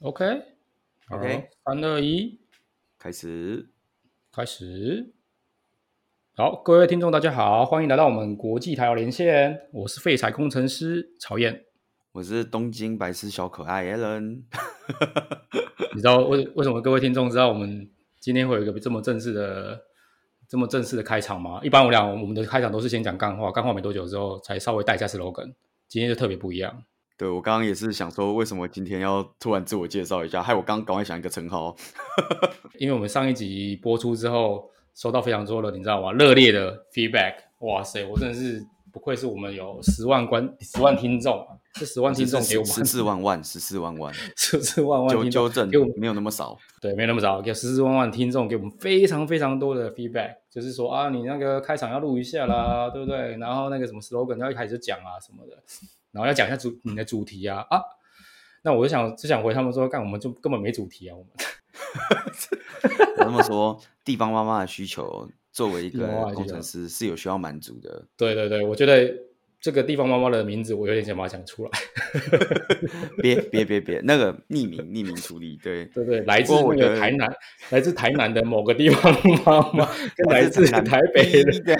OK，好 OK 三二一，开始。开始。好，各位听众，大家好，欢迎来到我们国际台聊连线，我是废柴工程师曹燕。我是东京白痴小可爱 Allen，你知道 为为什么各位听众知道我们今天会有一个这么正式的、这么正式的开场吗？一般我俩我们的开场都是先讲干话，干话没多久之后才稍微带一下 slogan，今天就特别不一样。对我刚刚也是想说，为什么今天要突然自我介绍一下，害我刚刚赶快想一个称号。哦因为我们上一集播出之后，收到非常多的你知道吗？热烈的 feedback，哇塞，我真的是不愧是我们有十万观、十万听众啊，是十万听众给我们十四万万，十四万万，十四 万万纠听纠众正给我们，没有那么少。对，没那么早，给十四万万听众给我们非常非常多的 feedback，就是说啊，你那个开场要录一下啦，对不对？然后那个什么 slogan 要一开始讲啊什么的，然后要讲一下主你的主题啊啊。那我就想就想回他们说，干我们就根本没主题啊，我们我那么说，地方妈妈的需求，作为一地个方妈妈的需工求程师是有需要满足的。对对对，我觉得这个地方妈妈的名字，我有点想把它讲出来。别别别别，那个匿名匿名处理，对，对对，来自不过我那觉个得台南，来自台南的某个地方妈 妈，跟来自台北的的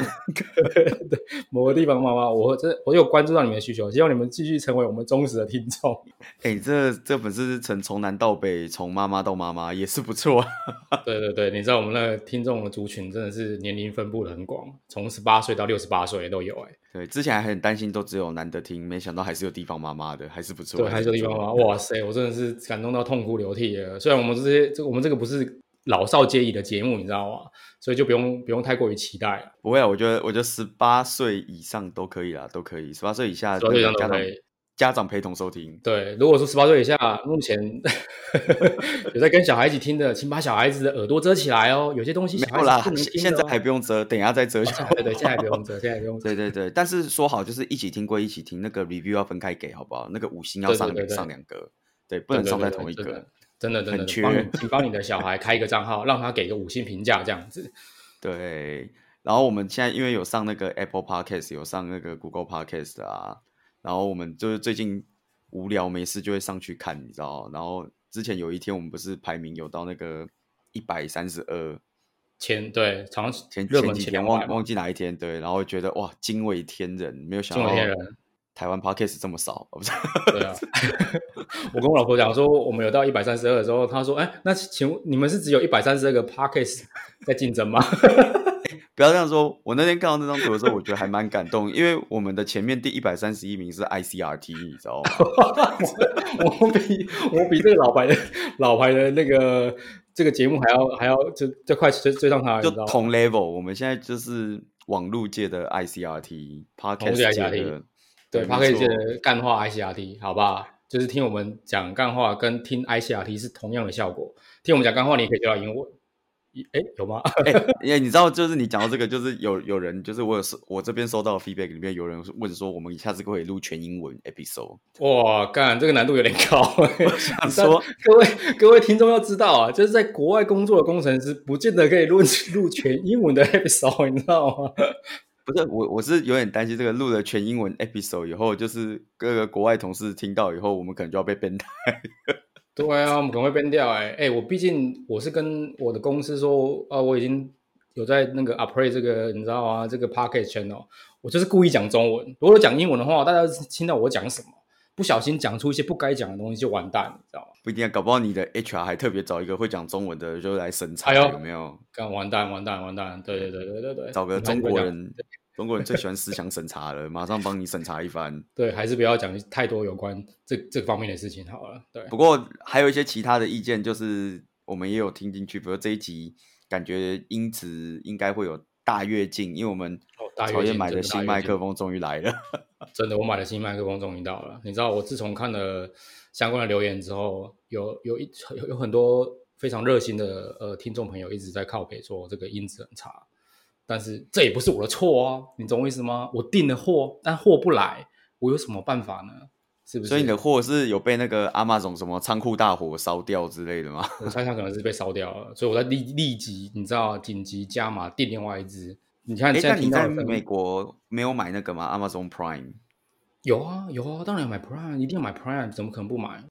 对某个地方妈妈，我这我有关注到你们的需求，希望你们继续成为我们忠实的听众。哎、这这本是从从南到北，从妈妈到妈妈也是不错。 对对对，你知道我们那个听众的族群真的是年龄分布的很广，从十八岁到六十八岁都有哎、对，之前还很担心都只有男的听，没想到还是有地方妈妈的，还是不错。对，还有不地方错吗？哇塞，我真的是感动到痛哭流涕了。虽然我们这些这个我们这个不是老少皆宜的节目，你知道吗？所以就不用不用太过于期待了。不会啊，我觉得我觉得十八岁以上都可以啦，都可以。十八岁以下， 18岁以上都那个家长可以家长陪同收听。对，如果说十八岁以下，目前 有在跟小孩一起听的，请把小孩子的耳朵遮起来哦。有些东西小没孩有子啦，不能听的现哦、哦现在还不用折，等一下再折就现好在对对，现在还不用遮，现在还不用遮。对对对，但是说好就是一起听归一起听，那个 review 要分开给，好不好？那个五星要对对上对对上两个，对，不能对对上在对同一真个的。真的真的很缺帮你请帮你的小孩开一个账号，让他给个五星评价这样子。对，然后我们现在因为有上那个 Apple Podcast，有上那个 Google Podcast 啊，然后我们就是最近无聊没事就会上去看，你知道？然后之前有一天我们不是排名有到那个一百三十二，前对，常常前热前门几前天两忘百嘛，忘记哪一天，对，然后觉得哇惊为天人，没有想惊为到天人台湾 Podcast 这么少，哦不是？ 对啊， 我跟我老婆讲说，我们有到一百三十二的时候，她说：“哎，那请问你们是只有一百三十二个 p a c k a g e 在竞争吗不要这样说，我那天看到那张图的时候，我觉得还蛮感动，因为我们的前面第一百三十一名是 ICRT，你知道吗？？” 我我比我比这个老牌的老牌的那个这个节目还要还要就就快追追上他了，你就知道吗？同 level，我们现在就是网络界的 ICRT、同 podcast 界界 ICRT 的，对 p a 没 c k a 错 g e 干话 ICRT，好吧，就是听我们讲干话跟听 ICRT 是同样的效果。听我们讲干话，你也可以学到英文。哎，有吗？ 哎、因为你知道，就是你讲到这个，就是有有人，就是我有收，我这边收到的 feedback 里面有人问说，我们下次可不可以录全英文 episode？哇，干，这个难度有点高。想说，各位各位听众要知道啊，就是在国外工作的工程师，不见得可以录录全英文的 episode，你知道吗？不是我，我是有点担心这个录了全英文 episode 以后，就是各个国外同事听到以后，我们可能就要被编台。对啊，我们可能会变掉哎、哎、我毕竟我是跟我的公司说，啊，我已经有在那个 Appray 这个你知道啊，这个 Pocket Channel，我就是故意讲中文。如果讲英文的话，大家听到我讲什么，不小心讲出一些不该讲的东西就完蛋，你知道吗？不一定啊，搞不好你的 HR 还特别找一个会讲中文的，就来审查、哎呦有没有？干完蛋完蛋完蛋，对对对对对对，找个你看中这国样人，中国人最喜欢思想审查了，马上帮你审查一番。对，还是不要讲太多有关这这方面的事情好了。对，不过还有一些其他的意见，就是我们也有听进去，比如这一集感觉音质应该会有大跃进，因为我们哦大跃曹燕进买真的的大新跃麦进克风终于来了。真的，我买的新麦克风终于到了。你知道，我自从看了相关的留言之后，有有一有有很多非常热心的呃听众朋友一直在靠北说这个音质很差，但是这也不是我的错啊，你懂我意思吗？我订了货，但货不来，我有什么办法呢？是不是？所以你的货是有被那个阿玛总什么仓库大火烧掉之类的吗？我猜想可能是被烧掉了，所以我在立立即你知道紧急加码订另外一只。你看哎、现那在你听到在的可能美国没有买那个吗？Amazon Prime？有啊有啊，当然要买 Prime，一定要买 Prime，怎么可能不买？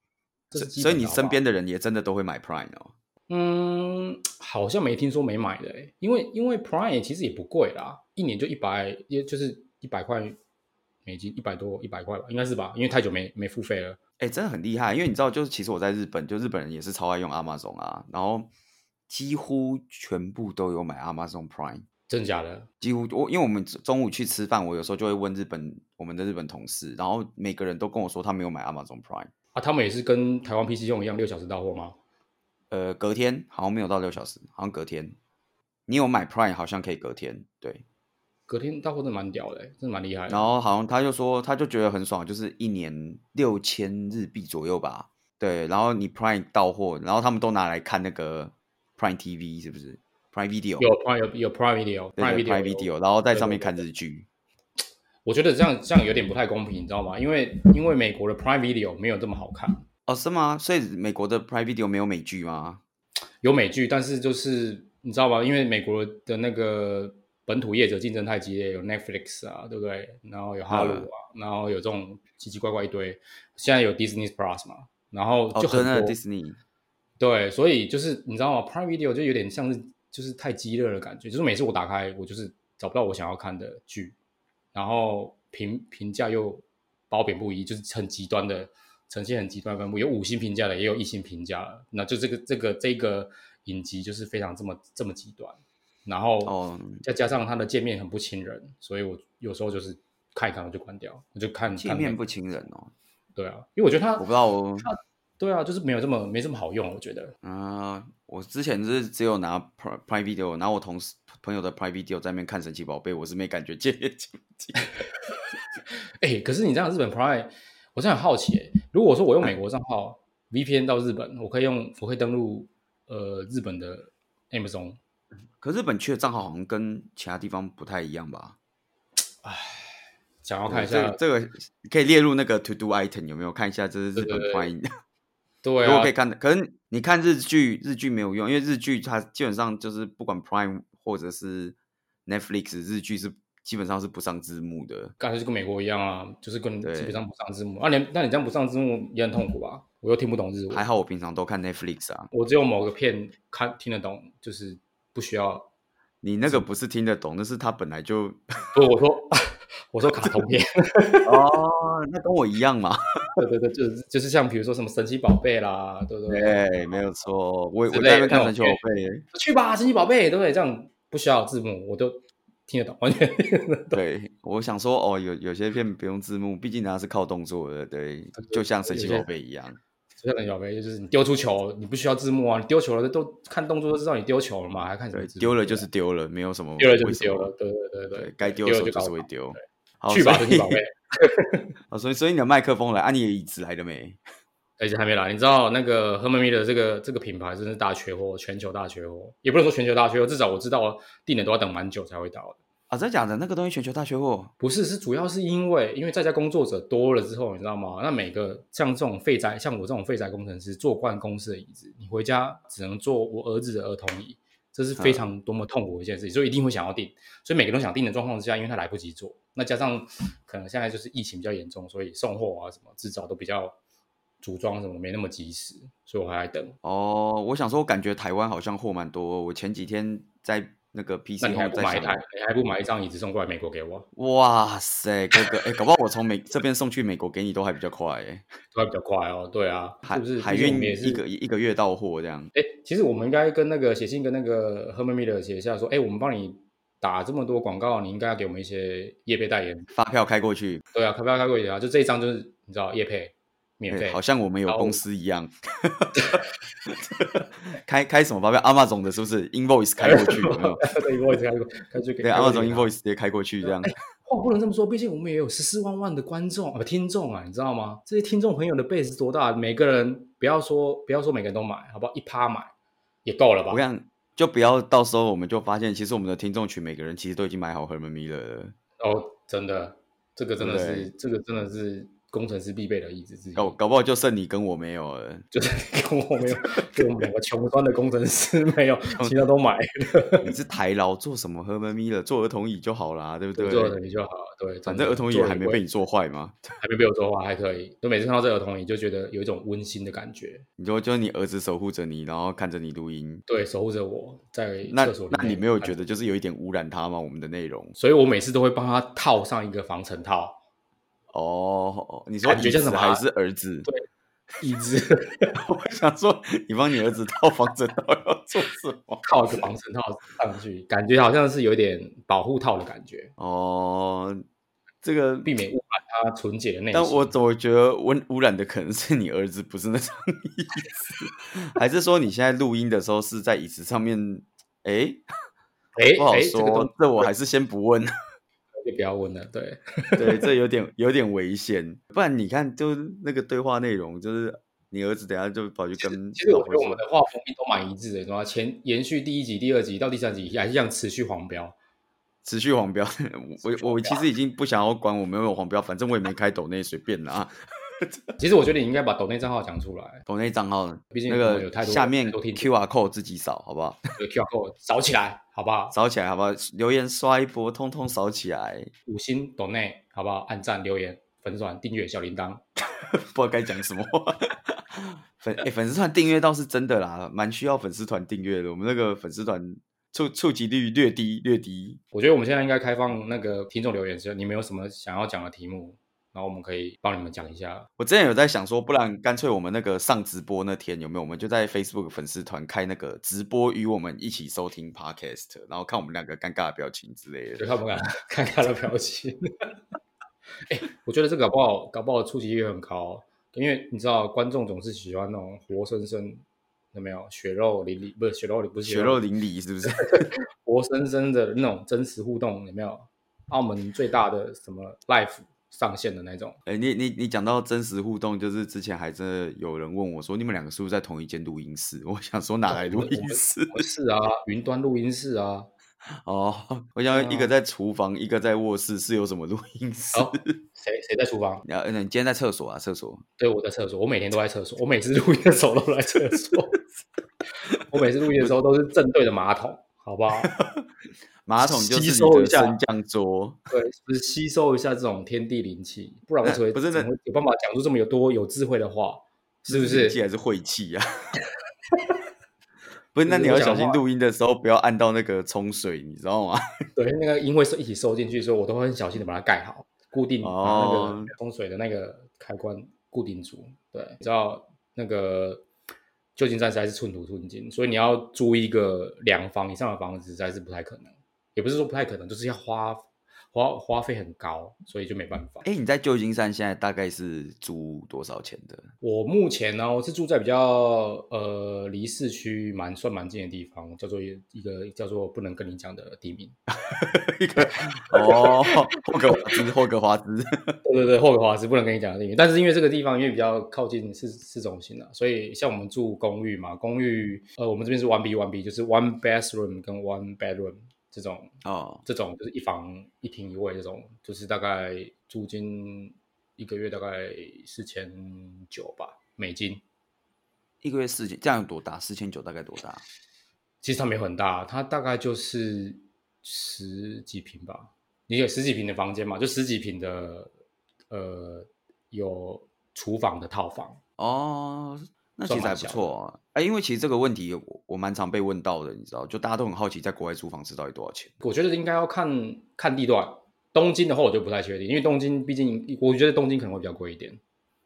这是基所以本你的好身不好边的人也真的都会买 Prime 哦。嗯，好像没听说没买的、欸，因为因为 Prime 其实也不贵啦，一年就一百，也就是一百块美金，一百多一百块吧，应该是吧？因为太久没没付费了。哎、真的很厉害，因为你知道，就是其实我在日本，就日本人也是超爱用 Amazon 啊，然后几乎全部都有买 Amazon Prime，真的假的？几乎我因为我们中午去吃饭，我有时候就会问日本我们的日本同事，然后每个人都跟我说他没有买 Amazon Prime，啊，他们也是跟台湾 PC 用一样，六小时到货吗？呃，隔天好像没有到六小时，好像隔天，你有买 Prime 好像可以隔天，对，隔天到货真的蛮屌的、欸，真的蛮厉害的。然后好像他就说，他就觉得很爽，就是一年六千日币左右吧。对，然后你 Prime 到货，然后他们都拿来看那个 Prime TV 是不是？Prime Video 有 Prime 有有 Prime Video 对 Prime 对 Video Prime 有 Video，然后在对上对面对看日剧。我觉得这样这样有点不太公平，你知道吗？因为因为美国的 Prime Video 没有这么好看，哦，是吗？所以美国的 Prime Video 没有美剧吗？有美剧，但是就是你知道吧？因为美国的那个本土业者竞争太激烈，有 Netflix 啊，对不对？然后有哈鲁啊，然后有这种奇奇怪怪一堆，现在有 Disney Plus 嘛，然后哦，就对，很那多、个 Disney。对，所以就是你知道吗？Prime Video 就有点像是就是太激烈的感觉，就是每次我打开，我就是找不到我想要看的剧，然后评评价又褒贬不一，就是很极端的呈现很极端的分布，有五星评价的，也有一星评价的，那就这个这个这个影集就是非常这么这么极端，然后哦再加上它的界面很不亲人，所以我有时候就是看一看我就关掉，我就看界看面美不亲人哦，对啊，因为我觉得它我不知道我对啊，就是没有这么没这么好用，我觉得。啊、我之前是只有拿 Prime Prime Video，拿我同事朋友的 Prime Video 在那边看神奇宝贝，我是没感觉界面亲不亲人。哎、可是你这样日本 Prime，我真的很好奇、欸，如果说嗯我用美国账号 VPN 到日本，我可以用，我可以登录呃日本的 Amazon，可日本区的账号好像跟其他地方不太一样吧？想要我看一下，这个、这个可以列入那个 to do item 有没有？看一下这是日本对对对 Prime，对 如果啊可以，看的，可是你看日剧，日剧没有用，因为日剧它基本上就是不管 Prime 或者是 Netflix，日剧是基本上是不上字幕的。感觉就跟美国一样啊，就是跟对基本上不上字幕啊，你那你这样不上字幕也很痛苦吧？我又听不懂日还文，好我平常都看 Netflix 啊，我只有某个片看听得懂，就是不需要。你那个不是听得懂，那是它本来就不，我说 我说卡通片， 哦，那跟我一样嘛。对对对，就是就是像比如说什么神奇宝贝啦，对不对？对，没有错，我我哦之在类那边看那神种奇宝贝，去吧，神奇宝贝，对不对？这样不需要字幕，我都听得懂，完全听得懂。对，我想说哦，有有些片不用字幕，毕竟它是靠动作的，对，就像神有奇些宝贝一样。就像神奇宝贝，就是你丢出球，你不需要字幕啊，你丢球了都看动作都知道你丢球了嘛，还看什么对，字幕？丢了就是丢了，没有什么丢了就是为什丢么了，对对对对，对，该丢的丢了时候就就搞是不会好丢。好去吧，所神以奇宝贝。啊，所以所以你的麦克风来，啊，你的椅子来了没？而哎且还没来，你知道那个 Herman Miller 这个这个品牌真是大缺货，全球大缺货，也不能说全球大缺货，至少我知道定点都要等蛮久才会到的。啊，真的假的？那个东西全球大缺货，不是，是主要是因为因为在家工作者多了之后，你知道吗？那每个像这种废宅，像我这种废宅工程师坐惯公司的椅子，你回家只能坐我儿子的儿童椅，这是嗯非常多么痛苦的一件事情，所以一定会想要订。所以每个人都想订的状况之下，因为他来不及做，那加上可能现在就是疫情比较严重，所以送货啊什么制造都比较组装什么没那么及时，所以我还在等。哦，我想说，我感觉台湾好像货蛮多。我前几天在那个 PC 那你还不 Home 在买一想台，你还不买一张椅子送过来美国给我，我，哇塞，哥哥，哎、搞不好我从美这边送去美国给你都还比较快、欸，都还比较快哦。对啊，海是不是？海毕竟我运们也是一个一个月到货这样。哎、其实我们应该跟那个写信跟那个 Herman Miller 写一下，说，哎、我们帮你打这么多广告，你应该要给我们一些业配代言。发票开过去，对啊，开不要开过一下，就这一张就是你知道业配免哎费，好像我们有然后公司一样。 开开什么发票？Amazon 的是不是？Invoice 开过去有没有？对 invoice 开过开就给对开过，Amazon 去拿啊 Invoice 直接开过去这样。话不能这么说，毕竟我们也有十四万万的观众呃听众啊，你知道吗？这些听众朋友的 base 多大？每个人不要说不要说每个人都买，好不好？一趴买也够了吧我？想就不要到时候我们就发现，其实我们的听众群每个人其实都已经买好 Herman Miller 了。哦，真的，这个真的对是这个真的是工程师必备的意志之一。搞搞不好就剩你跟我没有了。就是 跟我没有，就我们两个穷酸的工程师没 有，其他都买了，你是台劳做什么 Herman Miller 做儿童椅就好啦，对不对？做的你就好了。对，反真正的儿童椅做了还一没位被你做坏嘛，还没被我说话，还可以。就每次看到这儿童椅，就觉得有一种温馨的感觉。你就就是你儿子守护着你，然后看着你录音。对，守护着我在那厕所里那你没有觉得？得就是有一点污染他吗？我们的内容所以我每次都会帮他套上一个防尘 套，哦，你说感觉椅像子什么还是儿子？ 对椅子我想说，你帮你儿子套房子到底要做什么？套一个防尘套上去，感觉好像是有点保护套的感觉，哦，这个避免污染他纯洁的内心。但我怎么觉得污污染的可能是你儿子，不是那张椅子？ 还是说你现在录音的时候是在椅子上面？哎、哎不好哎，这说，个东西这我还是先不问。就不要问了。对，对，这有点有点危险。不然你看，就是那个对话内容，就是你儿子等下就跑去跟其实老我觉得婆我说们的画风并都蛮一致的，然后前延续第一集、第二集到第三集，还是这样持续黄标。持续黄标。 我我我其实已经不想要管我们有没有黄标，反正我也没开抖内，随便啦。啊其实我觉得你应该把抖内账号讲出来，抖内账号毕竟那我们有个太多下面太多听众 Q R code 自己扫，好不好？对 QR code 扫起来，好不好？扫起来，好不好？留言刷一波，通通扫起来。五星抖内，好不好？按赞、留言、粉丝团、订阅、小铃铛。不知道该讲什么。 粉哎、粉丝团订阅倒是真的啦，蛮需要粉丝团订阅的。我们那个粉丝团触触及率略低，略低。我觉得我们现在应该开放那个听众留言，就你们有什么想要讲的题目，然后我们可以帮你们讲一下。我之前有在想说，不然干脆我们那个上直播那天有没有，我们就在 Facebook 粉丝团开那个直播，与我们一起收听 Podcast，然后看我们两个尴尬的表情之类就的。他们敢 看他的表情。哎、我觉得这搞不好，搞不好触及率很高，因为你知道观众总是喜欢那种活生生，有没有血肉淋漓？不是血肉淋，不是啊血肉淋 漓是不是？活生生的那种真实互动，有没有？澳门最大的什么 live 上线的那种，哎、你你你讲到真实互动，就是之前还真的有人问我说，你们两个是不是在同一间录音室？ 我想说哪来录我音室？ 不是啊，云端录音室啊，哦，我想一对啊个在厨房，一个在卧室，是有什么录音室？ 哦谁谁在厨房？你要，你今天在厕所啊？厕所对，我在厕所，我每天都在厕所，我每次录音的时候都在厕所， 我每次录音的时候都是正对着马桶，好不好？马桶就吸是收你一的下升降桌，对，就是吸收一下这种天地灵气，不然我那怎么会 不是那怎么会有办法讲出这么有多有智慧的话？是不是？气还是晦气 啊？不是，那就是你我要讲小心话录音的时候不要按到那个冲水，你知道吗？ 对，那个因为是一起收进去，所以我都会很小心的把它盖好，固定把那个哦冲水的那个开关固定住。对，你知道那个旧金山实在是寸土寸金，所以你要租一个两房以上的房子实在是不太可能，也不是说不太可能，就是要花花花费很高，所以就没办法。哎、你在旧金山现在大概是租多少钱的？我目前呢，我是住在比较呃离市区蛮算蛮近的地方，叫做一一个叫做不能跟你讲的地名。 一个 哦，霍格华兹，霍格华兹，对对对，霍格华兹不能跟你讲的地名，但是因为这个地方因为比较靠近市市中心了、所以像我们住公寓嘛，公寓呃我们这边是 one b one b，就是 one bathroom 跟 one bedroom 这种哦，这种就是一房一厅一卫这种，就是大概租金一个月大概四千九吧美金。一个月四千，这样有多大？四千九大概多大？其实它没有很大，它大概就是十几平吧，你有十几平的房间嘛，就十几平的呃有厨房的套房，哦，那算其实还蛮不小的错啊。哎、因为其实这个问题我我蛮常被问到的，你知道，就大家都很好奇，在国外租房子到底多少钱？我觉得应该要看看地段。东京的话我就不太确定，因为东京毕竟我觉得东京可能会比较贵一点。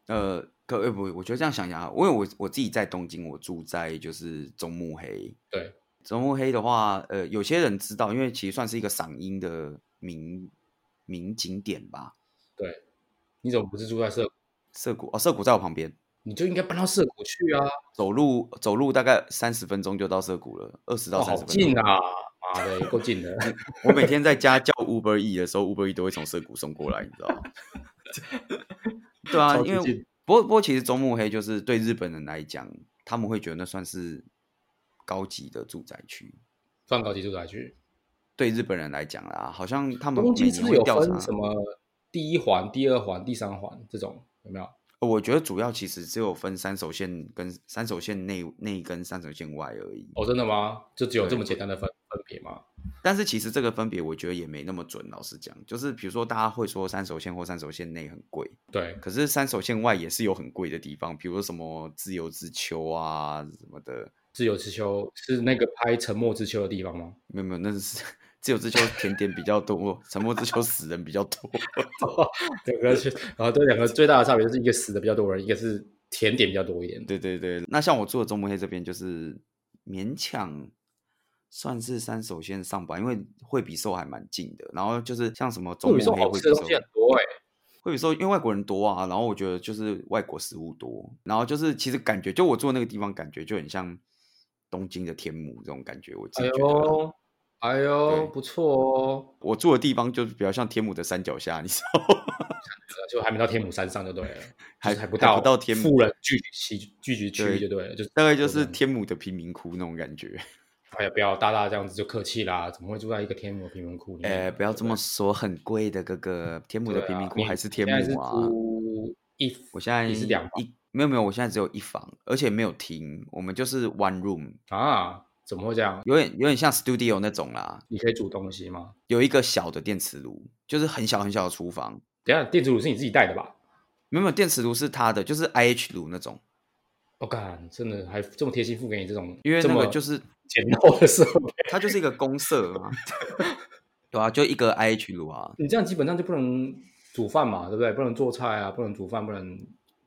呃，可呃不，我觉得这样想一下，因为我我自己在东京，我住在就是中目黑。对，中目黑的话，呃，有些人知道，因为其实算是一个赏樱的名名景点吧。你怎么不是住在涩谷？涩谷哦，涩谷在我旁边，你就应该搬到涩谷去啊！走路走路大概三十分钟就到涩谷了，二十哦，到三好十分钟。嗯近啊！妈的，够近的。我每天在家叫 Uber E 的时候，Uber E 都会从涩谷送过来，你知道吗？ 对啊，超级因近为不过不过，其实中目黑就是对日本人来讲，他们会觉得那算是高级的住宅区。算高级住宅区。对日本人来讲啦，好像他们东每京是年不是会有调分什查，么第一环、第二环、第三环这种？有没有？呃我觉得主要其实只有分三手线跟三手线内内跟三手线外而已。哦，真的吗？就只有对这么简单的分分别吗？但是其实这个分别，我觉得也没那么准。老实讲，就是比如说大家会说三手线或三手线内很贵，对，可是三手线外也是有很贵的地方，比如说什么自由之丘啊什么的。自由之丘是那个拍《沉默之丘》的地方 吗？没有没有，那是 自由之丘甜点比较多，沉默之丘死人比较多。 两个是，然后这两个最大的差别就是一个死的比较多人，一个是甜点比较多一点。对对对，那像我住的中目黑这边就是勉强算是三手线上吧，因为惠比寿还蛮近的。然后就是像什么中午中目黑说惠好比吃的东西寿很，多哎、惠比寿因为外国人多啊，然后我觉得就是外国食物多，然后就是其实感觉就我住的那个地方感觉就很像东京的天母这种感觉，我自哎己觉得啦。呦，哎对呦，不错哦，我住的地方就是比较像天母的山脚下，你知道吗？ 就还没到天母山上就对 了，还就是还不还到不到天母富人聚集区聚集对区就对了，就是大概就是天母的贫民窟那种感觉。哎呀，不要大大这样子就客气啦，怎么会住在一个天母贫民窟里面呢？哎，不要这么说，很贵的哥哥。天母对啊的贫民窟你还是天现在母啊？是租一，我现在你是两房一没有没有，我现在只有一房，而且没有厅，我们就是 one room，啊？怎么会这样？有点有点像 studio 那种啦，你可以煮东西吗？有一个小的电磁炉，就是很小很小的厨房。等一下电磁炉是你自己带的吧？没有没有，电磁炉是他的，就是 IH 炉那种，我、哦干，真的还这么贴心付给你这种，因为这那么个就是简陋的设备，它就是一个公社 嘛，对啊，就一个 IH 炉啊， 你这样基本上就不能煮饭嘛，对不对？不能做菜啊，不能煮饭，不能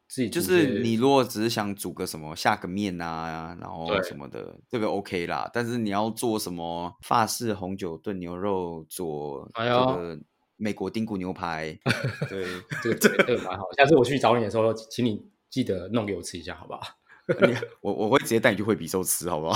自己煮就一些。是你如果只是想煮个什么下个面啊，然后对什么的，这个 OK 啦。但是你要做什么法式红酒炖牛肉，做哎这呦个美国丁骨 牛排，对，啊这个这个蛮好。下次我去找你的时候，请你记得弄给我吃一下，好不好？你 我我会直接带你去惠比寿吃，好不好？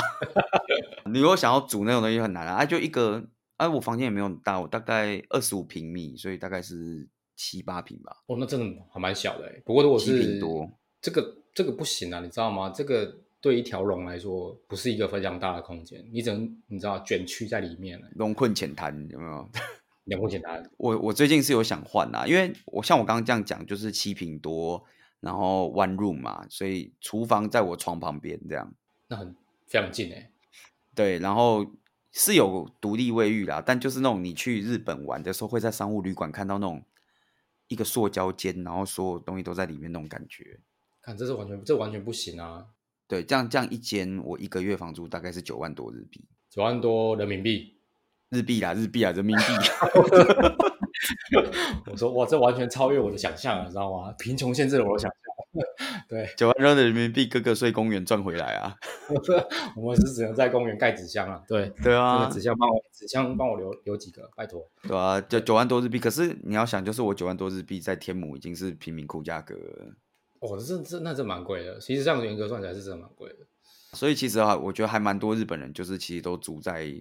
你如果想要煮那种东西很难啊，啊就一个，啊，我房间也没有很大，我大概二十五平米，所以大概是七八平吧。哦，那真的还蛮小的欸。不过如果七平是多这个这个不行啊，你知道吗？这个对一条龙来说不是一个非常大的空间，你只能你知道卷曲在里面欸，龙困浅滩有没有？两不简单。我我最近是有想换啦、因为我像我刚刚这样讲，就是七平多，然后 one room 嘛，所以厨房在我床旁边这样。那很非常近哎。对，然后是有独立卫浴啦，但就是那种你去日本玩的时候会在商务旅馆看到那种一个塑胶间，然后所有东西都在里面那种感觉。看，这是完全这完全不行啊！对，这样这样一间，我一个月房租大概是九万多日币，九万多人民币，日币啦，日币啦，人民币。我说哇，这完全超越我的想象了，你知道吗？贫穷限制了我的想象。对，九万多的人民币，哥哥睡公园赚回来啊！我们是只能在公园盖纸箱啊。对，对真的啊，纸箱帮我纸箱帮我留留几个，拜托。对啊，就九万多日币。可是你要想，就是我九万多日币在天母已经是贫民窟价格了，哦，这这那真蛮贵的。其实这样严格算起来是真的蛮贵的。所以其实啊，我觉得还蛮多日本人就是其实都住在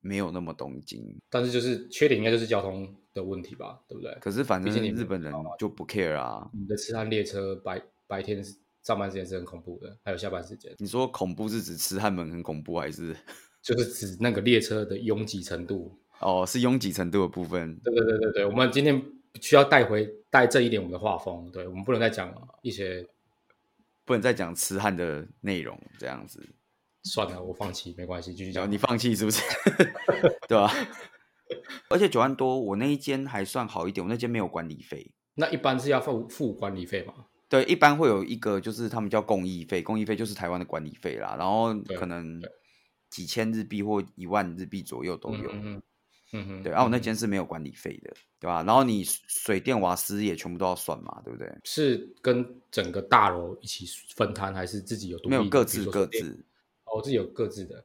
没有那么东京，但是就是缺点应该就是交通的问题吧，对不对？可是反毕正竟你日本人就不 care 啊。你的痴汉列车白白天是上班时间是很恐怖的，还有下班时间，你说恐怖是指痴汉们很恐怖，还是就是指那个列车的拥挤程度。哦是拥挤程度的部分？对对对对对，我们今天需要带回带正一点我们的画风，对我们不能再讲一些不能再讲痴汉的内容这样子。算了，我放弃没关系，继续然后讲。你放弃是不 是？对吧、 而且九万多，我那一间还算好一点，我那间没有管理费。那一般是要付付管理费嘛？对，一般会有一个就是他们叫共益费，共益费就是台湾的管理费啦，然后对可能对几千日币或一万日币左右都有。嗯嗯嗯哼，对，然、啊、我那嗯间是没有管理费的，对吧？然后你水电瓦斯也全部都要算嘛，对不对？是跟整个大楼一起分摊，还是自己有独立没的？有各比如自说各酒店自，哦，自己有各自的，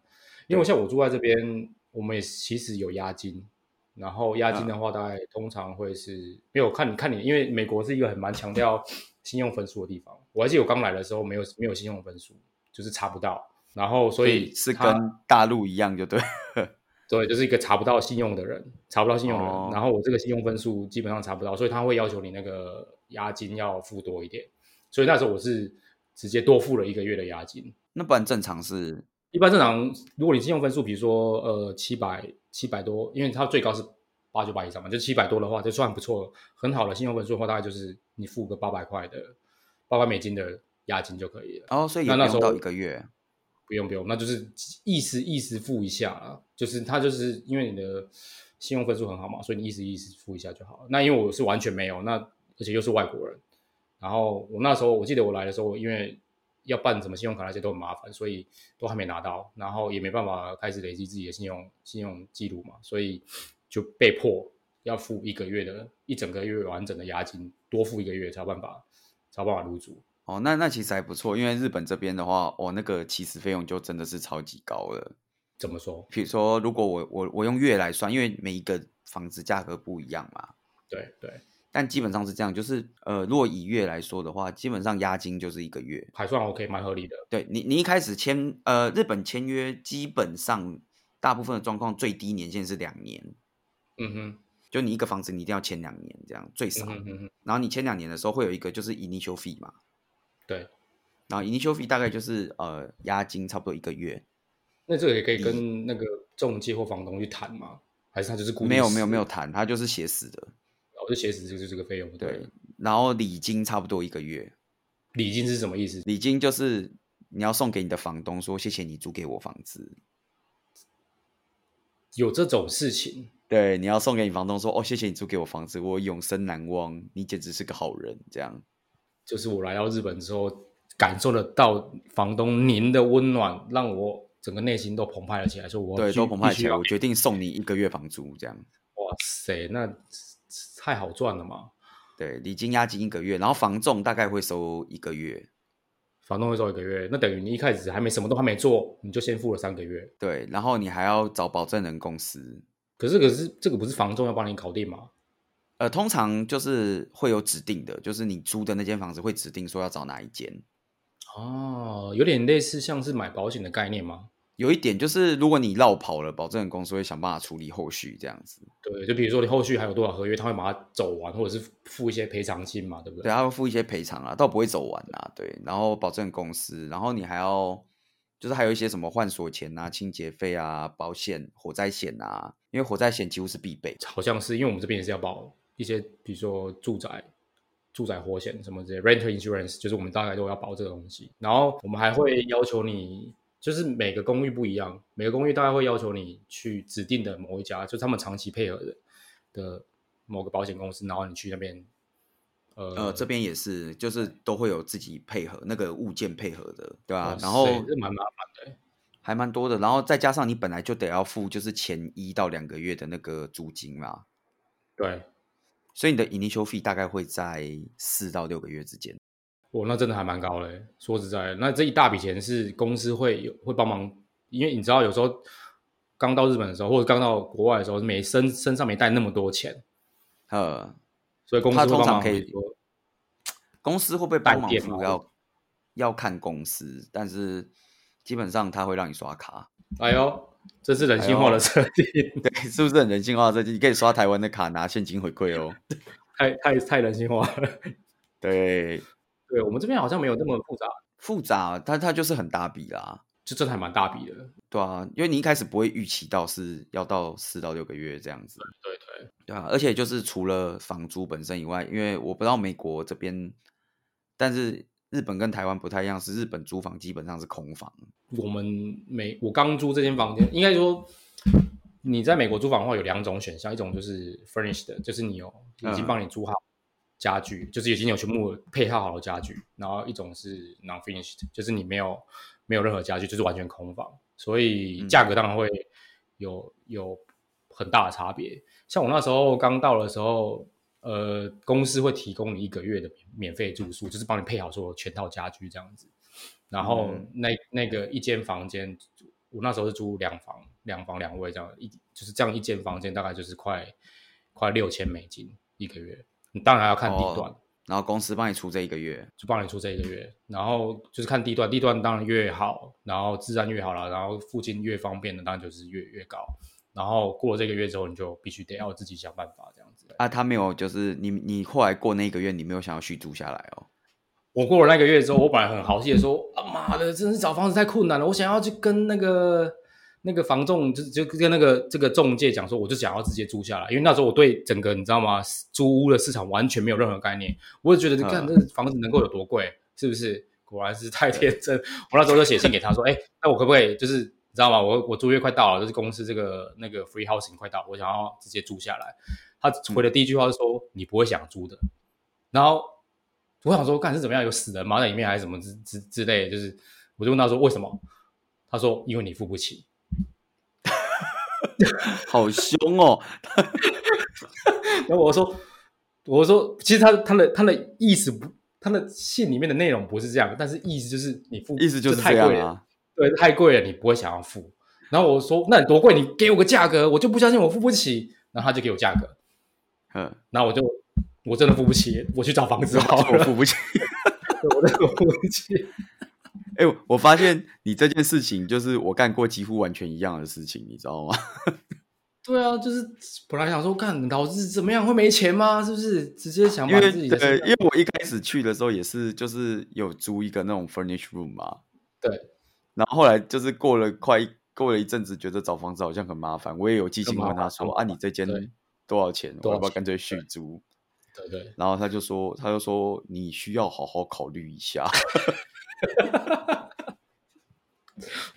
因为我像我住在这边，我们也其实有押金，然后押嗯金的话，大概通常会是，因为我看你看你，因为美国是一个很蛮强调信用分数的地方，我还记得我刚来的时候没有没有信用分数，就是查不到，然后所以是他跟大陆一样，就对。对，就是一个查不到信用的人，查不到信用的人，哦然后我这个信用分数基本上查不到，所以他会要求你那个押金要付多一点，所以那时候我是直接多付了一个月的押金，那不然正常是一般正常，如果你信用分数，比如说呃七百七百多，因为它最高是八九百以上嘛，就七百多的话，就算不错，很好的信用分数的话，大概就是你付个八百块的八百美金的押金就可以了。然哦后所以也那不那时用到候一个月，不用不用，那就是意思意思付一下啊，就是他就是因为你的信用分数很好嘛，所以你意思意思付一下就好了。那因为我是完全没有，那而且又是外国人，然后我那时候我记得我来的时候，因为要办什么信用卡那些都很麻烦，所以都还没拿到，然后也没办法开始累积自己的信用信用记录嘛，所以就被迫要付一个月的一整个月完整的押金，多付一个月才有办法才有办法入住。哦，那那其实还不错，因为日本这边的话，哦，那个起始费用就真的是超级高了。怎么说？比如说，如果我我我用月来算，因为每一个房子价格不一样嘛，对对，但基本上是这样，就是呃，如果以月来说的话，基本上押金就是一个月。还算 OK，蛮合理的。对你，你一开始签呃日本签约，基本上大部分的状况最低年限是两年，嗯哼。就你一个房子你一定要签两年这样最少。嗯哼嗯哼，然后你签两年的时候会有一个就是 initial fee 嘛，对，然后 initial fee 大概就是呃押金差不多一个月，那这个也可以嗯跟那个中介或房东去谈吗？还是他就是固定没有没有死没有，谈，它就是写死的。我就写死就是这个费用。对，，然后礼金差不多一个月，礼金是什么意思？礼金就是你要送给你的房东说谢谢你租给我房子，有这种事情？对，你要送给你房东说哦，谢谢你租给我房子，我永生难忘，你简直是个好人。这样，就是我来到日本之后，感受得到房东您的温暖，让我整个内心都澎湃了起来，说我对，必须都澎湃起来，我必须决定送你一个月房租，这样，要哇塞，那太好赚了嘛！对，礼金押金一个月，然后房仲大概会收一个月，房东会收一个月，那等于你一开始还没什么都还没做，你就先付了三个月。对，然后你还要找保证人公司，可是可是这个不是房东要帮你搞定吗？呃，通常就是会有指定的，就是你租的那间房子会指定说要找哪一间。哦，有点类似像是买保险的概念吗？有一点就是，如果你绕跑了，保证人公司会想办法处理后续这样子。对，就比如说你后续还有多少合约，他会把它走完，或者是付一些赔偿金嘛，对不对？对，他会付一些赔偿啊，倒不会走完啊，对，然后保证公司，然后你还要就是还有一些什么换锁钱啊、清洁费啊、保险、火灾险啊，因为火灾险几乎是必备。好像是因为我们这边也是要保一些，比如说住宅、住宅火险什么这些 renter insurance，就是我们大概都要保这个东西。然后我们还会要求你，就是每个公寓不一样，每个公寓大概会要求你去指定的某一家，就是他们长期配合的的某个保险公司，然后你去那边，呃，呃，这边也是，就是都会有自己配合那个物件配合的，对哇啊，塞然后这蛮麻烦的欸。还蛮多的，然后再加上你本来就得要付就是前一到两个月的那个租金嘛，对，所以你的 initial fee 大概会在四到六个月之间。哦，那真的还蛮高嘞。说实在的，那这一大笔钱是公司会有会帮忙，因为你知道有时候刚到日本的时候，或者刚到国外的时候，没身身上没带那么多钱，呃，所以公司他会通帮常忙可以很多公司会不会帮饭忙店付嘛要要看公司，但是基本上他会让你刷卡，哎呦，这是人性哎化的设定， 对，是不是很人性化？这你可以刷台湾的卡拿现金回馈 哦。太太太人性化了。 对，对我们这边好像没有那么复杂，复杂，它它就是很大笔啦，就真的还蛮大笔的。对啊，因为你一开始不会预期到是要到四到六个月这样子，对对，嗯对啊，而且就是除了房租本身以外，因为我不知道美国这边，但是日本跟台湾不太一样，是日本租房基本上是空房，我们美我刚租这间房间，应该说你在美国租房的话有两种选项，一种就是 furnished，的就是你有已经帮你租好家具，就是已经有全部配套好的家具，然后一种是 non finished，就是你没有没有任何家具，就是完全空房，所以价格当然会有、有很大的差别。像我那时候刚到的时候，呃，公司会提供你一个月的免免费住宿，就是帮你配好所有全套家具这样子。然后嗯那、那个一间房间，我那时候是租两房，两房两卫这样，一就是这样一间房间大概就是快快六千美金一个月。你当然要看地段，然后公司帮你出这一个月，就帮你出这一个月，然后就是看地段，地段当然越好，然后治安越好啦，然后附近越方便的，当然就是越越高。然后过了这个月之后，你就必须得要自己想办法这样子。啊，他没有，就是你你后来过那一个月，你没有想要续租下来哦。我过了那个月之后，我本来很豪气的说：“啊妈的，真是找房子太困难了，我想要去跟那个那个房仲就就跟那个这个中介讲说，我就想要直接租下来，因为那时候我对整个你知道吗，租屋的市场完全没有任何概念，我就觉得你看嗯这房子能够有多贵，是不是？果然是太天真。 我那时候就写信给他说，哎、那我可不可以就是你知道吗？我我租约快到了，就是公司这个那个 free housing 快到，我想要直接租下来。他回的第一句话是说，你不会想租的。然后我想说，干是怎么样？有死人吗？在里面还是什么之之之类的？就是我就问他说为什么？他说因为你付不起。好凶哦！然后我说我说其实他他的他的意思不，他的信里面的内容不是这样，但是意思就是你付，意思就是太这样贵了，啊。对，太贵了，你不会想要付。然后我说那你多贵？你给我个价格，我就不相信我付不起。然后他就给我价格，嗯，然后我就我真的付不起，我去找房子好我了，付不起。 我真的付不起。哎、我发现你这件事情就是我干过几乎完全一样的事情，你知道吗？对啊，就是本来想说，干老子怎么样会没钱吗？是不是直接想因把为自己的对，身因份为我一开始去的时候也是，就是有租一个那种 furnished room 嘛。对。然后后来就是过了快一过了一阵子，觉得找房子好像很麻烦，我也有寄信很麻问他烦说：“很啊，你这间对多少钱？多少我要不要钱干脆续租对对？”，然后他就说：“他就说你需要好好考虑一 下。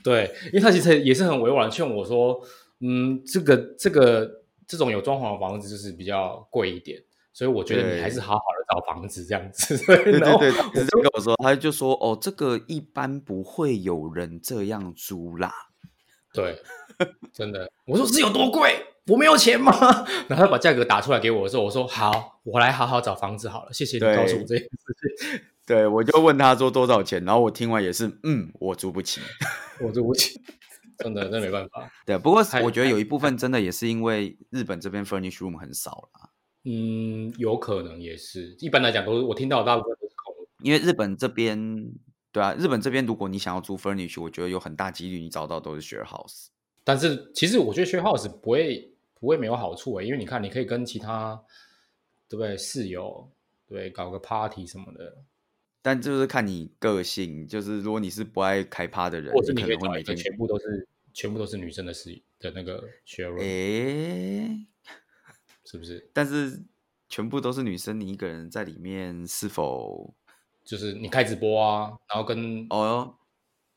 对，因为他其实也是很委婉地劝我说，嗯，这个这个这种有装潢的房子就是比较贵一点，所以我觉得对你还是好好的找房子这样子。”对然对后对，他一直在跟我说，他就说：“哦，这个一般不会有人这样租啦。”对，真的，我说是有多贵，我没有钱吗？ 然后他把价格打出来给我的时候，我说好，我来好好找房子好了，谢谢你告诉我这件事情。对，我就问他说多少钱，然后我听完也是，嗯，我租不起。我就无情， 真的，那没办法。对，不过太我觉得有一部分真的也是因为日本这边 furnished room 很少啦，嗯，有可能也是。一般来讲，都是我听到的大部分都是空的。因为日本这边，对啊，日本这边如果你想要租 furnished，我觉得有很大几率你找到都是 share house。但是其实我觉得 share house 不会不会没有好处欸诶、因为你看，你可以跟其他对不对室友对搞个 party 什么的，但就是看你个性，就是如果你是不爱开趴的人，或者是你你可可以能会找每一个天，全部都是全部都是女生的室的那个 share room，、诶，是不是？但是全部都是女生，你一个人在里面是否就是你开直播啊，然后跟、哦？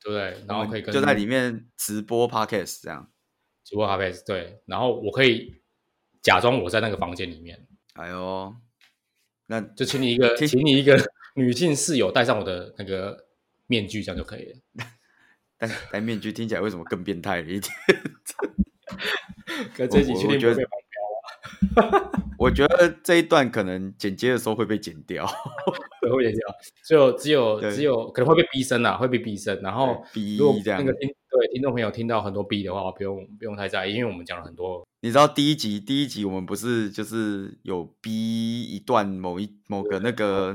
对不对？然后可以跟就在里面直播 podcast 这样。直播咖啡对，然后我可以假装我在那个房间里面，哎呦，那就请你一个，听请你一个 女性室友戴上我的那个面具，这样就可以了。戴戴面具听起来为什么更变态了一点？ 跟这一集我确我定觉不得会被我觉得这一段可能剪接的时候会被剪 掉，绑会被掉，只有只有对只有可能会被逼声啦，会被逼声。然后逼哦如果这样那。个听对听众朋友听到很多逼的话，不用不用太在意，因为我们讲了很多你知道第一集第一集我们不是就是有逼一段某一某个那个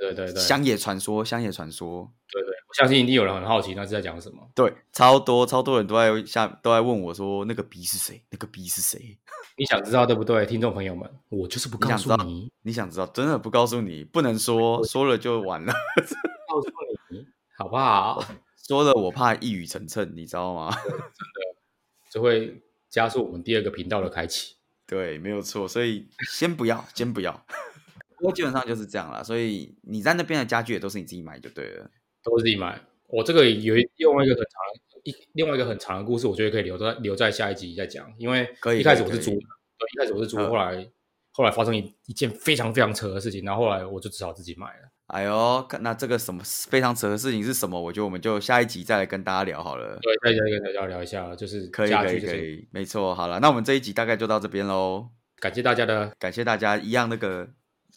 对哦对对对乡野传说，乡野传说，对对，我相信一定有人很好奇那是在讲什么。对，超多超多人都在下都在问我说那个逼是谁，那个逼是谁？你想知道对不对，听众朋友们？我就是不告想诉知道你，你想知道，真的不告诉你，不能说，说了就完了， 告诉你好不好？说了我怕一语成谶，你知道吗？ 就会加速我们第二个频道的开启。对，没有错，所以先不要，先不要。 不过基本上就是这样啦，所以你在那边的家具也都是你自己买就对了。都是自己买。我这个有一另外一个很长一另外一个很长的故事，我觉得可以留在留在下一集再讲，因为可以一开始可以我是可以租的，对，一开始我是租，嗯后来后来发生一一件非常非常扯的事情，然后后来我就只好自己买了。哎呦，看那这个什么非常扯的事情是什么？我觉得我们就下一集再来跟大家聊好了。对，再再跟大家聊一下，就是可以家可居以这可些。以，没错。好了，那我们这一集大概就到这边喽，感谢大家 的感谢大家一样那个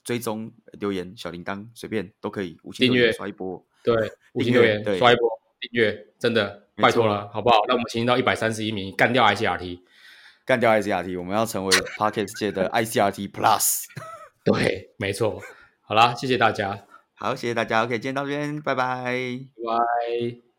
追踪留言小铃铛随便都可以，五星订留言阅刷一波。对五星订阅留言，对刷一波订阅，真的没拜托错了，好不好？让我们行到一百三十一名，干掉 ICRT。干掉 ICRT，我们要成为 Pocket 界的 ICRT Plus。对，没错。好啦，谢谢大家，好，谢谢大家。OK，今天到这边，拜拜。拜拜。